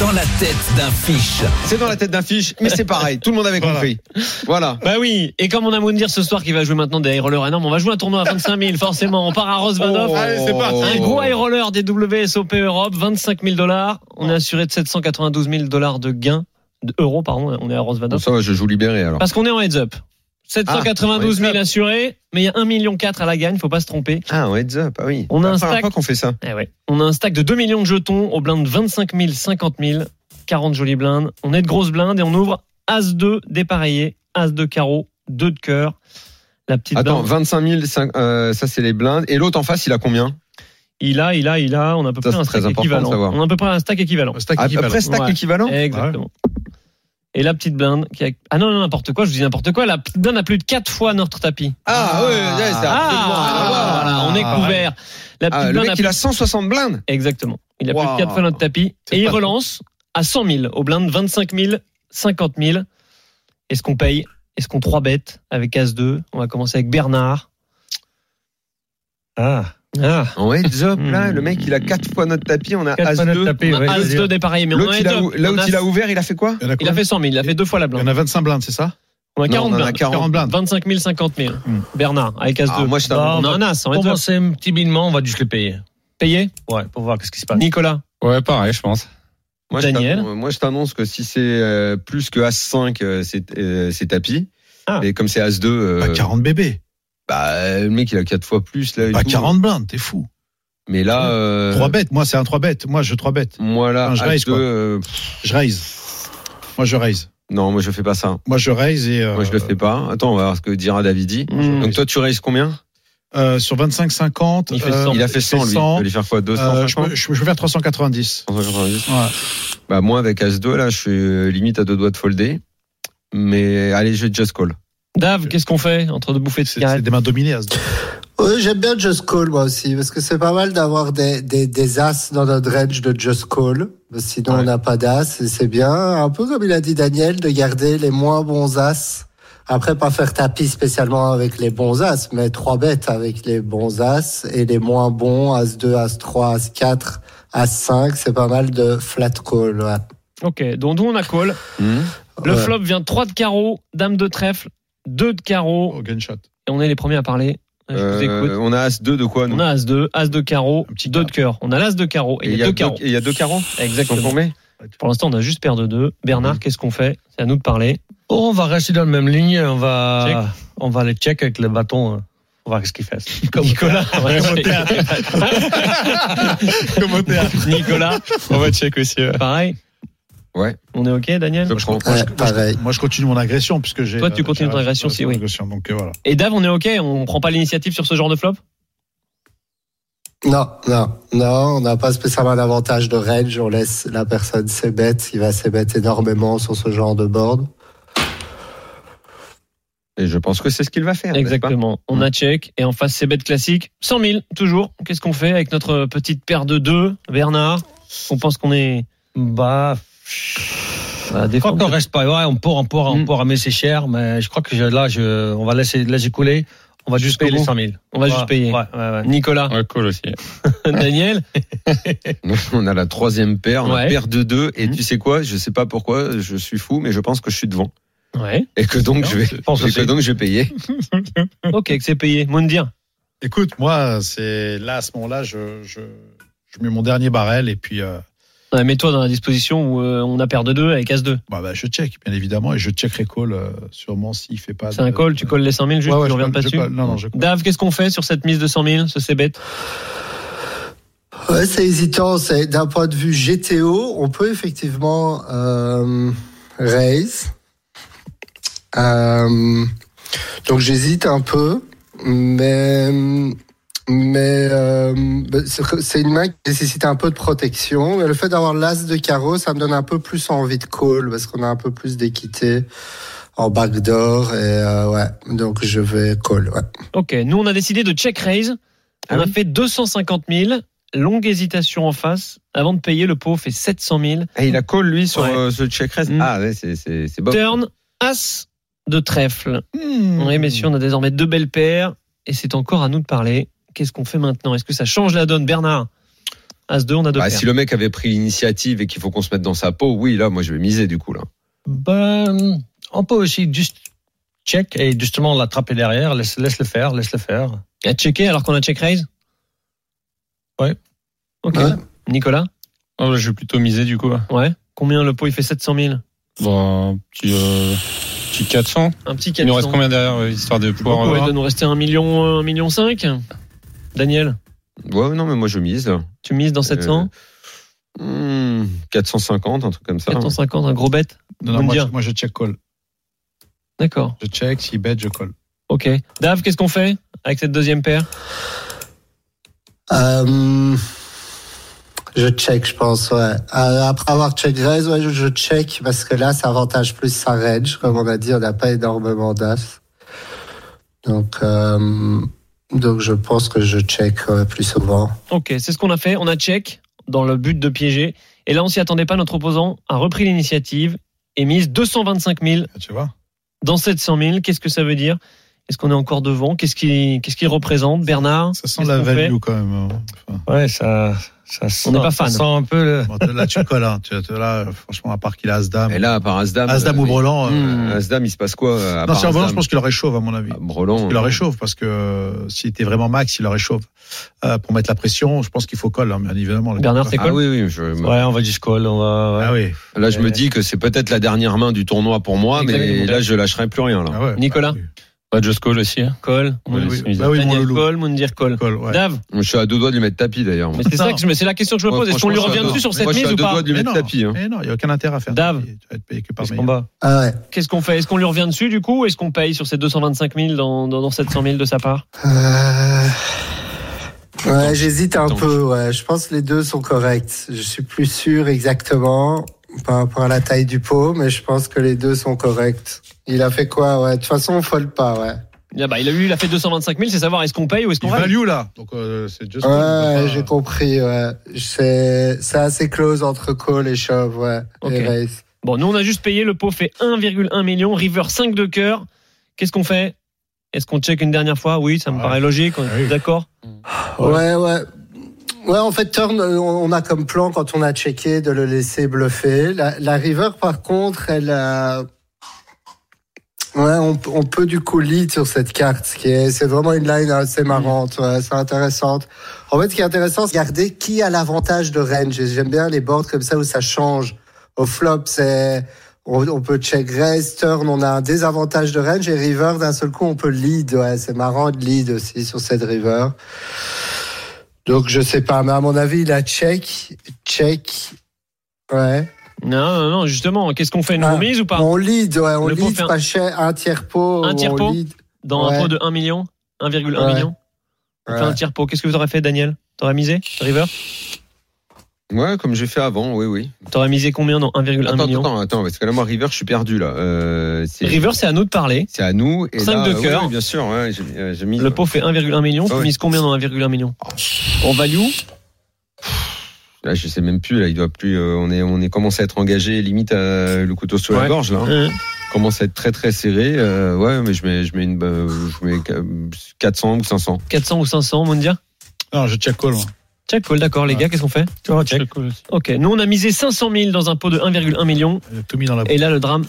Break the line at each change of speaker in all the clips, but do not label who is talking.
dans la tête d'un fiche.
C'est dans la tête d'un fiche, mais c'est pareil. Tout le monde avait compris. Voilà.
Bah oui, et comme on a Moundir ce soir qui va jouer maintenant des high rollers énormes, on va jouer un tournoi à 25 000, forcément. On part à Rosvadov.
Oh. Allez, c'est parti.
Un gros high roller des WSOP Europe, 25 000 dollars. On est assuré de 792 000 dollars de gains, de euros, pardon, on est à
Bon,
Rosvadov.
ça va, je joue libéré alors.
Parce qu'on est en heads
Ah,
up. 792 000 assurés, mais il y a 1,4 million à la gagne, faut pas se tromper.
Ah, un heads up, ah oui.
On a
C'est la première
un stack.
fois qu'on fait ça.
Eh ouais. On a un stack de 2 millions de jetons au blind 25 000, 50 000, 40 jolies blindes. On est de grosses blindes et on ouvre As-2 dépareillé, As-2 carreau, 2 de cœur. La petite
Attends,
blinde.
25 000, cinq- euh, ça c'est les blindes. Et l'autre en face, il a combien
Il a, il a, il a, on a à peu
Ça,
près
c'est
un
très
stack
important de
équivalent.
savoir.
On a à peu près un stack équivalent.
À peu près Ah, stack
Ouais.
équivalent
Exactement. Et la petite blinde qui a... Ah non, non, n'importe quoi, je vous dis n'importe quoi. La petite blinde a plus de 4 fois notre tapis.
Ah, oui, ouais, ça a absolument rien à voir.
ah, voilà, on est couvert. La petite
Ah, le
blinde
mec,
a
il a 160 blindes.
Exactement. Il a plus
Wow.
de 4 fois notre tapis.
C'est
Et il
pas
relance à 100 000 au blind, 25 000, 50 000. Est-ce qu'on paye Est-ce qu'on 3 bêtes avec As-2 On va commencer avec Bernard.
Ah,
Ah,
En heads up, là,
Hmm.
le mec, il a 4 fois notre tapis. On a
quatre
As-2.
panottes tapées,
on a
ouais, je veux
As-2
dire.
dépareillé, mais on
L'autre,
a
il a,
As-deux.
ou- là où
On a-
il a ouvert, il a fait quoi
Il y en
Il
a
a
combien
fait 100 000, il a fait deux fois la
Il y en
blinde.
a 25 blindes, c'est ça
On a
Non,
40
on en a
blindes.
40.
40 blindes.
25 000, 50 000.
Hmm.
Bernard, avec As-2.
Ah, moi, je t'avoue
Bah, on
qu'on
a un As, on va être
Commencer timidement, on va juste le payer.
payé.
Ouais, pour voir qu'est-ce qui se passe.
Nicolas,
Ouais, pareil, je pense.
Moi, je
Daniel.
t'annonce- Moi, je t'annonce que si c'est euh, plus que As-5, euh, c'est euh, c'est tapis.
Ah.
Et comme c'est As-2, euh,
Pas 40 bébés,
bah, euh, le mec, il a 4 fois plus. Là, et
pas
tout.
40 blindes, t'es fou.
Mais là, euh,
3 Bah, bêtes, moi c'est un 3 bêtes, moi je 3 bêtes.
moi, là,
Enfin, je raise,
As-2,
quoi.
euh, pff,
Je raise. Moi je raise.
non, moi, je fais pas ça.
Moi je raise et euh,
Moi, je le fais pas. Attends, on va voir ce que dira Davidi.
Mm.
Hmm.
Donc, toi, tu raises combien
euh, sur 25 50,
Il fait 100.
Il a fait 100, lui. Tu vas lui faire quoi
euh, je,
250
peux, je peux faire 390.
390.
Ouais.
Bah, moi, avec As-2, là, je suis euh, limite à deux doigts de folder. Mais allez, je just call.
Dave, qu'est-ce qu'on fait entre deux bouffées de
C'est c'est
cigarettes
des mains dominées à ce
Ouais, J'aime bien Just Call moi aussi, parce que c'est pas mal d'avoir des, des, des as dans notre range de Just Call. Sinon, on n'a pas d'as et c'est bien. Un peu comme il a dit Daniel, de garder les moins bons as. Après, pas faire tapis spécialement avec les bons as, mais trois bêtes avec les bons as et les moins bons, as 2, as 3, as 4, as 5. C'est pas mal de flat call. ouais.
Ok, donc nous on a call.
Hmm.
Le
Ouais.
flop vient 3 de carreau, dame de trèfle, 2 de carreau.
au gunshot.
Et on est les premiers à parler. Je vous écoute.
Euh, on a As-2 de quoi, nous
On a As-2, As-2 carreau,
petit
2 de cœur. On a l'As-2 carreau et il y a 2 carreaux.
et il y a deux carreaux Ils sont
Exactement.
combien
Pour l'instant, on a juste paire de 2. Bernard, qu'est-ce qu'on fait C'est à nous de parler.
Oh, on va rester dans la même ligne, on va, on va les check avec le bâton, euh, on va voir qu'est-ce qu'il fait.
Nicolas, on va checker.
Comme au théâtre.
Nicolas,
On va check aussi.
pareil.
Ouais.
On est OK, Daniel
Je prends.
Ouais, pareil.
Moi je continue mon agression puisque j'ai
Toi, tu continues ton agression, si,
mon
oui.
agression, donc euh, voilà.
Et Dave, on est OK On prend pas l'initiative sur ce genre de flop
Non, non, non, on n'a pas spécialement d'avantage de range. On laisse la personne ses bêtes. Il va ses bêtes énormément sur ce genre de board.
Et je pense que c'est ce qu'il va faire.
Ah,
n'est-ce pas
Exactement. On
Hmm.
a check et en face c'est bête classique. 100 000 toujours. Qu'est-ce qu'on fait avec notre petite paire de deux, Bernard On pense qu'on est.
Bah,
Bah,
je crois
défendre.
qu'on reste pas, ouais, on peut, on peut, on
Mm.
peut ramer, c'est cher, mais je crois que je- là, je, on va laisser, laisser couler, on va juste
payer
payer les
les
100 000.
On va juste
Ouais,
payer.
Ouais, ouais, ouais.
Nicolas,
Ouais, cool aussi.
Daniel,
Nous, On a la troisième paire,
Ouais.
la paire de deux. Et
Mhm.
tu sais quoi Je sais pas pourquoi, je suis fou, mais je pense que je suis devant.
Ouais.
Et que donc je vais,
Je pense
et que
aussi.
donc je vais payer.
Ok, que c'est payé. Moundir.
Écoute, moi c'est là à ce moment-là, je, je je mets mon dernier barrel et puis euh,
Ouais, Mets-toi dans la disposition où euh, on a paire de deux avec as 2
Bah, bah, je check, bien évidemment, et je checkerai call euh, sûrement s'il fait
Ah,
pas.
C'est
bah,
un
euh,
call, tu colles les 100 000 juste,
Ouais, ouais,
tu
je
reviens
colle,
pas
je
dessus.
colle. Non, non, je colle.
Dave, qu'est-ce qu'on fait sur cette mise de 100 000 Ce c'est bête.
Ouais, c'est hésitant. C'est d'un point de vue GTO, on peut effectivement euh, raise. Euh, donc j'hésite un peu, mais mais euh, c'est- c'est une main qui nécessite un peu de protection. Et le fait d'avoir l'as de carreau, ça me donne un peu plus envie de call parce qu'on a un peu plus d'équité en backdoor et euh, ouais. Donc je vais call. Ouais.
Ah
Ok, nous on a décidé de check raise. On a fait 250 000. longue hésitation en face avant de payer. Le pot fait 700 000.
Ah, il a call, lui, sur
Ouais.
euh, ce check raise.
Mm.
Ah, ouais, c'est- c'est c'est bon.
Turn, As de trèfle.
Hmm.
Hmm.
Oui, messieurs, on a désormais deux belles paires et c'est encore à nous de parler. Qu'est-ce qu'on fait maintenant Est-ce que ça change la donne, Bernard As 2, on a deux
Bah,
paires.
si le mec avait pris l'initiative et qu'il faut qu'on se mette dans sa peau, oui, là, moi, je vais miser, du coup, là.
Ben, on peut aussi juste check et justement l'attraper derrière. Laisse, laisse le faire, laisse le faire.
À checker alors qu'on a check raise
Ouais.
Ok.
Ouais.
Nicolas
Oh, là, je vais plutôt miser du coup.
Ouais. Combien le pot Il fait 700 000.
Bon, un petit, euh, petit 400.
Un petit 400.
Il nous reste combien derrière, euh, histoire de pouvoir
Beaucoup,
hein.
Il
avoir
doit nous rester 1 million, 1 million 5. Daniel,
Ouais, non, mais moi, je mise, là.
tu mises dans 700
Euh, hmm, 450, un truc comme ça.
450, un gros bet
Non,
Vous
non,
me
moi, je,
dire.
moi, je check call.
D'accord.
Je check, s'il bet, je call.
Ok. Dave, qu'est-ce qu'on fait avec cette deuxième paire
Euh, je check, je pense, ouais. Euh, après avoir check raise, ouais, je, je check parce que là, ça avantage plus sa range. Comme on a dit, on n'a pas énormément d'as. Donc, euh, donc, je pense que je check ouais, plus souvent.
Ok, c'est ce qu'on a fait. On a check dans le but de piéger. Et là, on s'y attendait pas. Notre opposant a repris l'initiative et mise 225 000
Ah, Tu vois
dans 700 000. Qu'est-ce que ça veut dire Est-ce qu'on est encore devant Qu'est-ce qu'il qu'est-ce qu'il représente, Bernard
Ça sent
Qu'est-ce
la
qu'on fait
value quand même. hein. Enfin,
Ouais, ça, ça sent,
n'est pas fan.
ça sent un peu le-
bon, là, tu colles. hein. Tu- Là, franchement, à part qu'il a As-Dame.
Et là, à part Asdam.
As-Dame ou Brelan. euh,
euh, Asdam, il se passe quoi euh, à
Non,
part
sur Brelan,
Asdam
je pense qu'il aurait chauve, à mon avis.
Ah, Brelan,
Il
euh,
aurait chauve parce que euh, s'il était vraiment max, il aurait chauve. Euh, pour mettre la pression, je pense qu'il faut call, hein, bien évidemment. le
Bernard,
gars.
c'est
Ah
quoi
oui, oui, je-
Ouais, on va juste call. On va, ouais.
Ah oui.
là je me dis que c'est peut-être la dernière main du tournoi pour moi, mais
Exactement.
là je lâcherai plus rien. Là.
Ah ouais.
Nicolas
Ah oui.
Pas de Just Call aussi. hein.
Call.
Oui,
oui,
c'est
oui.
misé.
Bah oui, mon
Daniel
loulou.
Call, Moundir Call.
Call, ouais.
Dave,
Je suis à deux doigts de lui mettre tapis d'ailleurs.
mais c'est
Non.
ça que je me- c'est la question que je me
Ouais,
pose. Est-ce qu'on lui
franchement,
revient
je suis à
dessus
deux-
sur
moi,
cette
je suis à
mise ou
deux
pas
doigts de lui
Mais
mettre
non,
tapis. hein.
mais non, il n'y a aucun intérêt à faire.
Dave.
tapis. Tu vas être payé que par
Qu'est-ce qu'on
meilleur.
bat
Ah ouais.
Qu'est-ce qu'on fait Est-ce qu'on lui revient dessus du coup ou Est-ce qu'on paye sur ces 225 000 dans, dans, dans 700 000 de sa part
Euh, Ouais, j'hésite un
Attends.
peu. Ouais. Je pense que les deux sont corrects. Je suis plus sûr exactement par rapport à la taille du pot, mais je pense que les deux sont corrects. Il a fait quoi Ouais. De toute façon, on fold pas. Ouais.
Ah bah, il a eu, il a fait 225 000, c'est savoir est-ce qu'on paye ou est-ce qu'on
Il
rate
value là. Donc euh, c'est Just Call,
Ouais,
on va pas-
ouais, j'ai compris. Ouais. C'est c'est assez close entre call et shove. Ouais.
Ok.
Et raise.
Bon, nous on a juste payé, le pot fait 1,1 million, River 5 de cœur. Qu'est-ce qu'on fait Est-ce qu'on check une dernière fois Oui, ça me
Ouais.
paraît logique, on est
Ah oui.
d'accord
Ouais, ouais. Ouais, en fait, turn, euh, on on a comme plan quand on a checké de le laisser bluffer. La, la river, par contre, elle a. Ouais, on, on peut du coup lead sur cette carte, ce qui est, c'est vraiment une line assez marrante, ouais, c'est intéressante. En fait, ce qui est intéressant, c'est regarder qui a l'avantage de range. Et J'aime bien les boards comme ça où ça change. Au flop, c'est, on, on peut check raise, turn, on a un désavantage de range et river, d'un seul coup, on peut lead, ouais, c'est marrant de lead aussi sur cette river. Donc je sais pas, mais à mon avis, il a check, check. Ouais.
Non, non, non, justement, qu'est-ce qu'on fait Nous
Ah,
on mise ou pas
On lead, ouais, on
Le pot
lead
fait un-
pas cher, un tiers pot.
Un
on
tiers pot
lead.
Dans
ouais.
un pot de 1 million 1,1
Ouais.
million On fait
Ouais.
un tiers pot. Qu'est-ce que vous aurez fait, Daniel T'aurais misé River
Ouais, comme j'ai fait avant, oui, oui.
T'aurais misé combien dans 1,1
Attends,
million
attends, attends, parce que là, moi, River, je suis perdu là. Euh, c'est-
River, c'est à nous de parler.
c'est à nous. Et
Cinq
là,
de
euh, oui,
cœur.
oui, bien sûr, ouais, j'ai euh, j'ai mis.
Le pot fait 1,1 million, tu
Ah ouais.
mises combien dans 1,1 million On value
Là, je sais même plus. Là, il doit plus. euh, on est, on est commencé à être engagé, limite euh, le couteau sous la
Ouais.
gorge là. hein.
Euh,
Commence à être très très serré. euh, ouais, mais je mets, je mets une, euh, je mets euh, 400 ou 500.
400 ou 500, Mondia
Non, je check call. moi.
Check call, d'accord, les
Ouais.
gars, qu'est-ce qu'on fait
check.
Ok, nous on a misé 500 000 dans un pot de 1,1 million.
Il a tout mis dans la bouche.
Et là, le drame,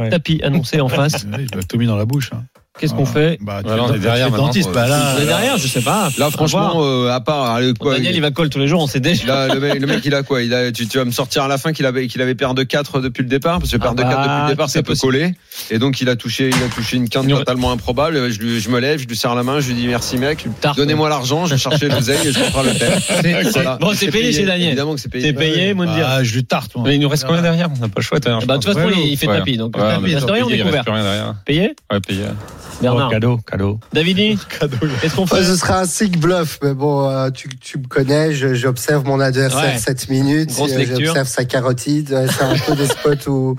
Ouais.
tapis annoncé en face.
Oui, Il a tout mis dans la bouche. hein.
Qu'est-ce qu'on fait
Bah, tu
Voilà, on est
tu
derrière
es
maintenant.
dentiste. Bah, là,
On est
là,
derrière, je sais pas.
Là,
Au revoir.
franchement, euh, à part allez,
Bon,
quoi,
Daniel, il va call tous les jours, on sait déjà.
Là, le mec, le mec, il a quoi il a, tu, tu vas me sortir à la fin qu'il avait, qu'il avait paire de 4 depuis le départ, parce que paire
Ah
de 4 depuis
bah,
le départ,
tout
ça
est
peut
possible.
coller. Et donc, il a touché, il a touché une quinte
Il aurait-
totalement improbable. Je, lui- je me lève, je lui serre la main, je lui dis merci mec,
Tarte.
donnez-moi l'argent, je vais chercher l'oseille et je comprends le tel. Voilà.
bon, c'est payé chez Daniel.
Évidemment que c'est payé.
C'est payé, Moundir.
bah, je lui tarte, moi.
Mais il nous reste combien derrière On n'a pas le choix. derrière, je
Bah, de
pense.
toute façon,
Ouais,
il il fait
ouais.
tapis. Donc,
Ouais,
tapis,
mais
reste rien, on
il
est
reste
couvert.
plus rien derrière.
Payé
Ouais, payé.
Oh,
Bernard.
cadeau, cadeau.
Davidi, qu'est-ce qu'on
Ouais,
fait
ce sera un sick bluff, mais bon, euh, tu, tu me connais, je- j'observe mon adversaire
Ouais.
7 minutes,
Grosse
euh,
lecture.
j'observe sa carotide, ouais, c'est un peu des spots où,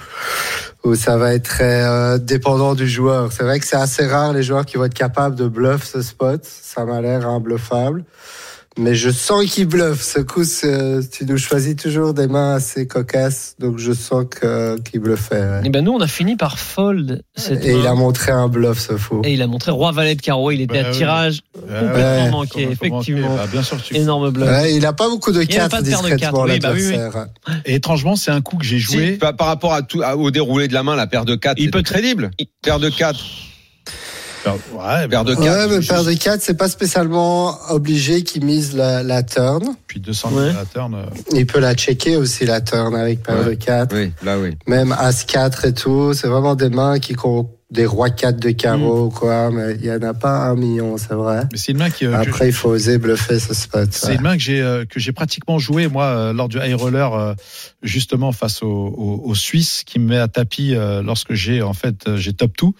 où ça va être très euh, dépendant du joueur. C'est vrai que c'est assez rare les joueurs qui vont être capables de bluff ce spot, ça m'a l'air imbluffable. Mais je sens qu'il bluffe. Ce coup, c'est- tu nous choisis toujours des mains assez cocasses, donc je sens que- qu'il bluffait. ouais.
Et ben nous, on a fini par fold cette
Et
main.
il a montré un bluff, ce fou.
Et il a montré roi valet de carreau. Il était
Ouais,
à
Bah oui.
tirage, complètement
ouais.
manqué, effectivement.
Bah, bien sûr que tu-
Énorme bluff.
Ouais, il a pas beaucoup de
Il a pas
cartes
de paire de
discrètement,
cartes, oui, bah oui, oui.
l'adversaire.
Et étrangement, c'est un coup que j'ai
Si,
joué.
par par rapport à tout, à- au déroulé de la main, la paire de 4,
Il
il
peut-
peut crédible.
il-
Paire de 4,
Ouais, bah,
paire de
Ouais,
4.
mais paire de 4, c'est pas spécialement obligé qu'il mise la, la turn.
puis 200
Ouais.
la turn. euh,
Il peut la checker aussi, la turn, avec paire
Ouais.
de 4.
Oui, là oui.
Même As 4 et tout. C'est vraiment des mains qui comptent des rois 4 de
Mm.
carreau, quoi. Mais il y en a pas un million, c'est vrai.
Mais c'est une main qui. euh, que-
Après, il faut oser bluffer ce spot.
C'est
ouais.
une main que j'ai euh, que j'ai pratiquement joué moi euh, lors du high roller euh, justement face au, au- au Suisse qui me met à tapis euh, lorsque j'ai en fait euh, j'ai top tout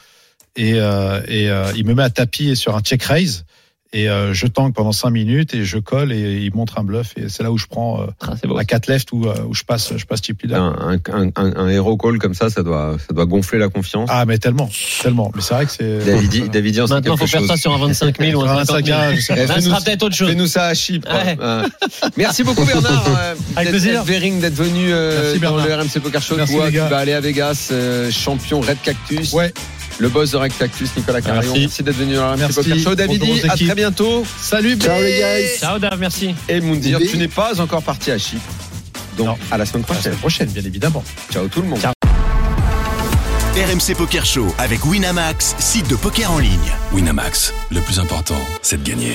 et euh, et euh, il me met à tapis sur un check raise et euh, je tank pendant 5 minutes et je colle et il montre un bluff et c'est là où je prends euh,
Ah, c'est beau.
à 4 left où, euh, où je passe je passe type leader.
Un, un, un, un hero call comme ça, ça doit, ça doit gonfler la confiance.
Ah mais tellement tellement mais c'est vrai que c'est
David, Davidian, c'est
Maintenant,
quelque
faut faire
chose.
ça sur un 25 000 ou
Sur
un
un
50 000.
saga, je sais
Eh,
Là,
pas.
ce sera
fais-nous-
peut-être autre chose.
Fais-nous ça à Chypre.
Ouais.
Euh, Merci beaucoup Bernard. euh,
Avec
d'être-
plaisir.
d'être Vering d'être venu euh,
Merci,
dans
Bernard.
le RMC Poker Show.
Merci,
Toi,
les
tu
gars.
vas aller à Vegas, euh, champion Red Cactus.
Ouais.
Le boss de Red Cactus, Nicolas Carillon.
Merci.
Merci, d'être venu dans le RMC
Merci.
Poker Show. David,
Bonjour aux
à
équipes.
très bientôt.
Salut
Ciao, les gars.
Ciao, Dave, merci.
Et Moundir,
Oui.
tu n'es pas encore parti à Chypre. Donc,
Non.
à la semaine
À la
prochaine.
semaine prochaine bien évidemment.
Ciao tout le monde.
RMC Poker Show avec Winamax, site de poker en ligne.
Winamax, le plus important, c'est de gagner.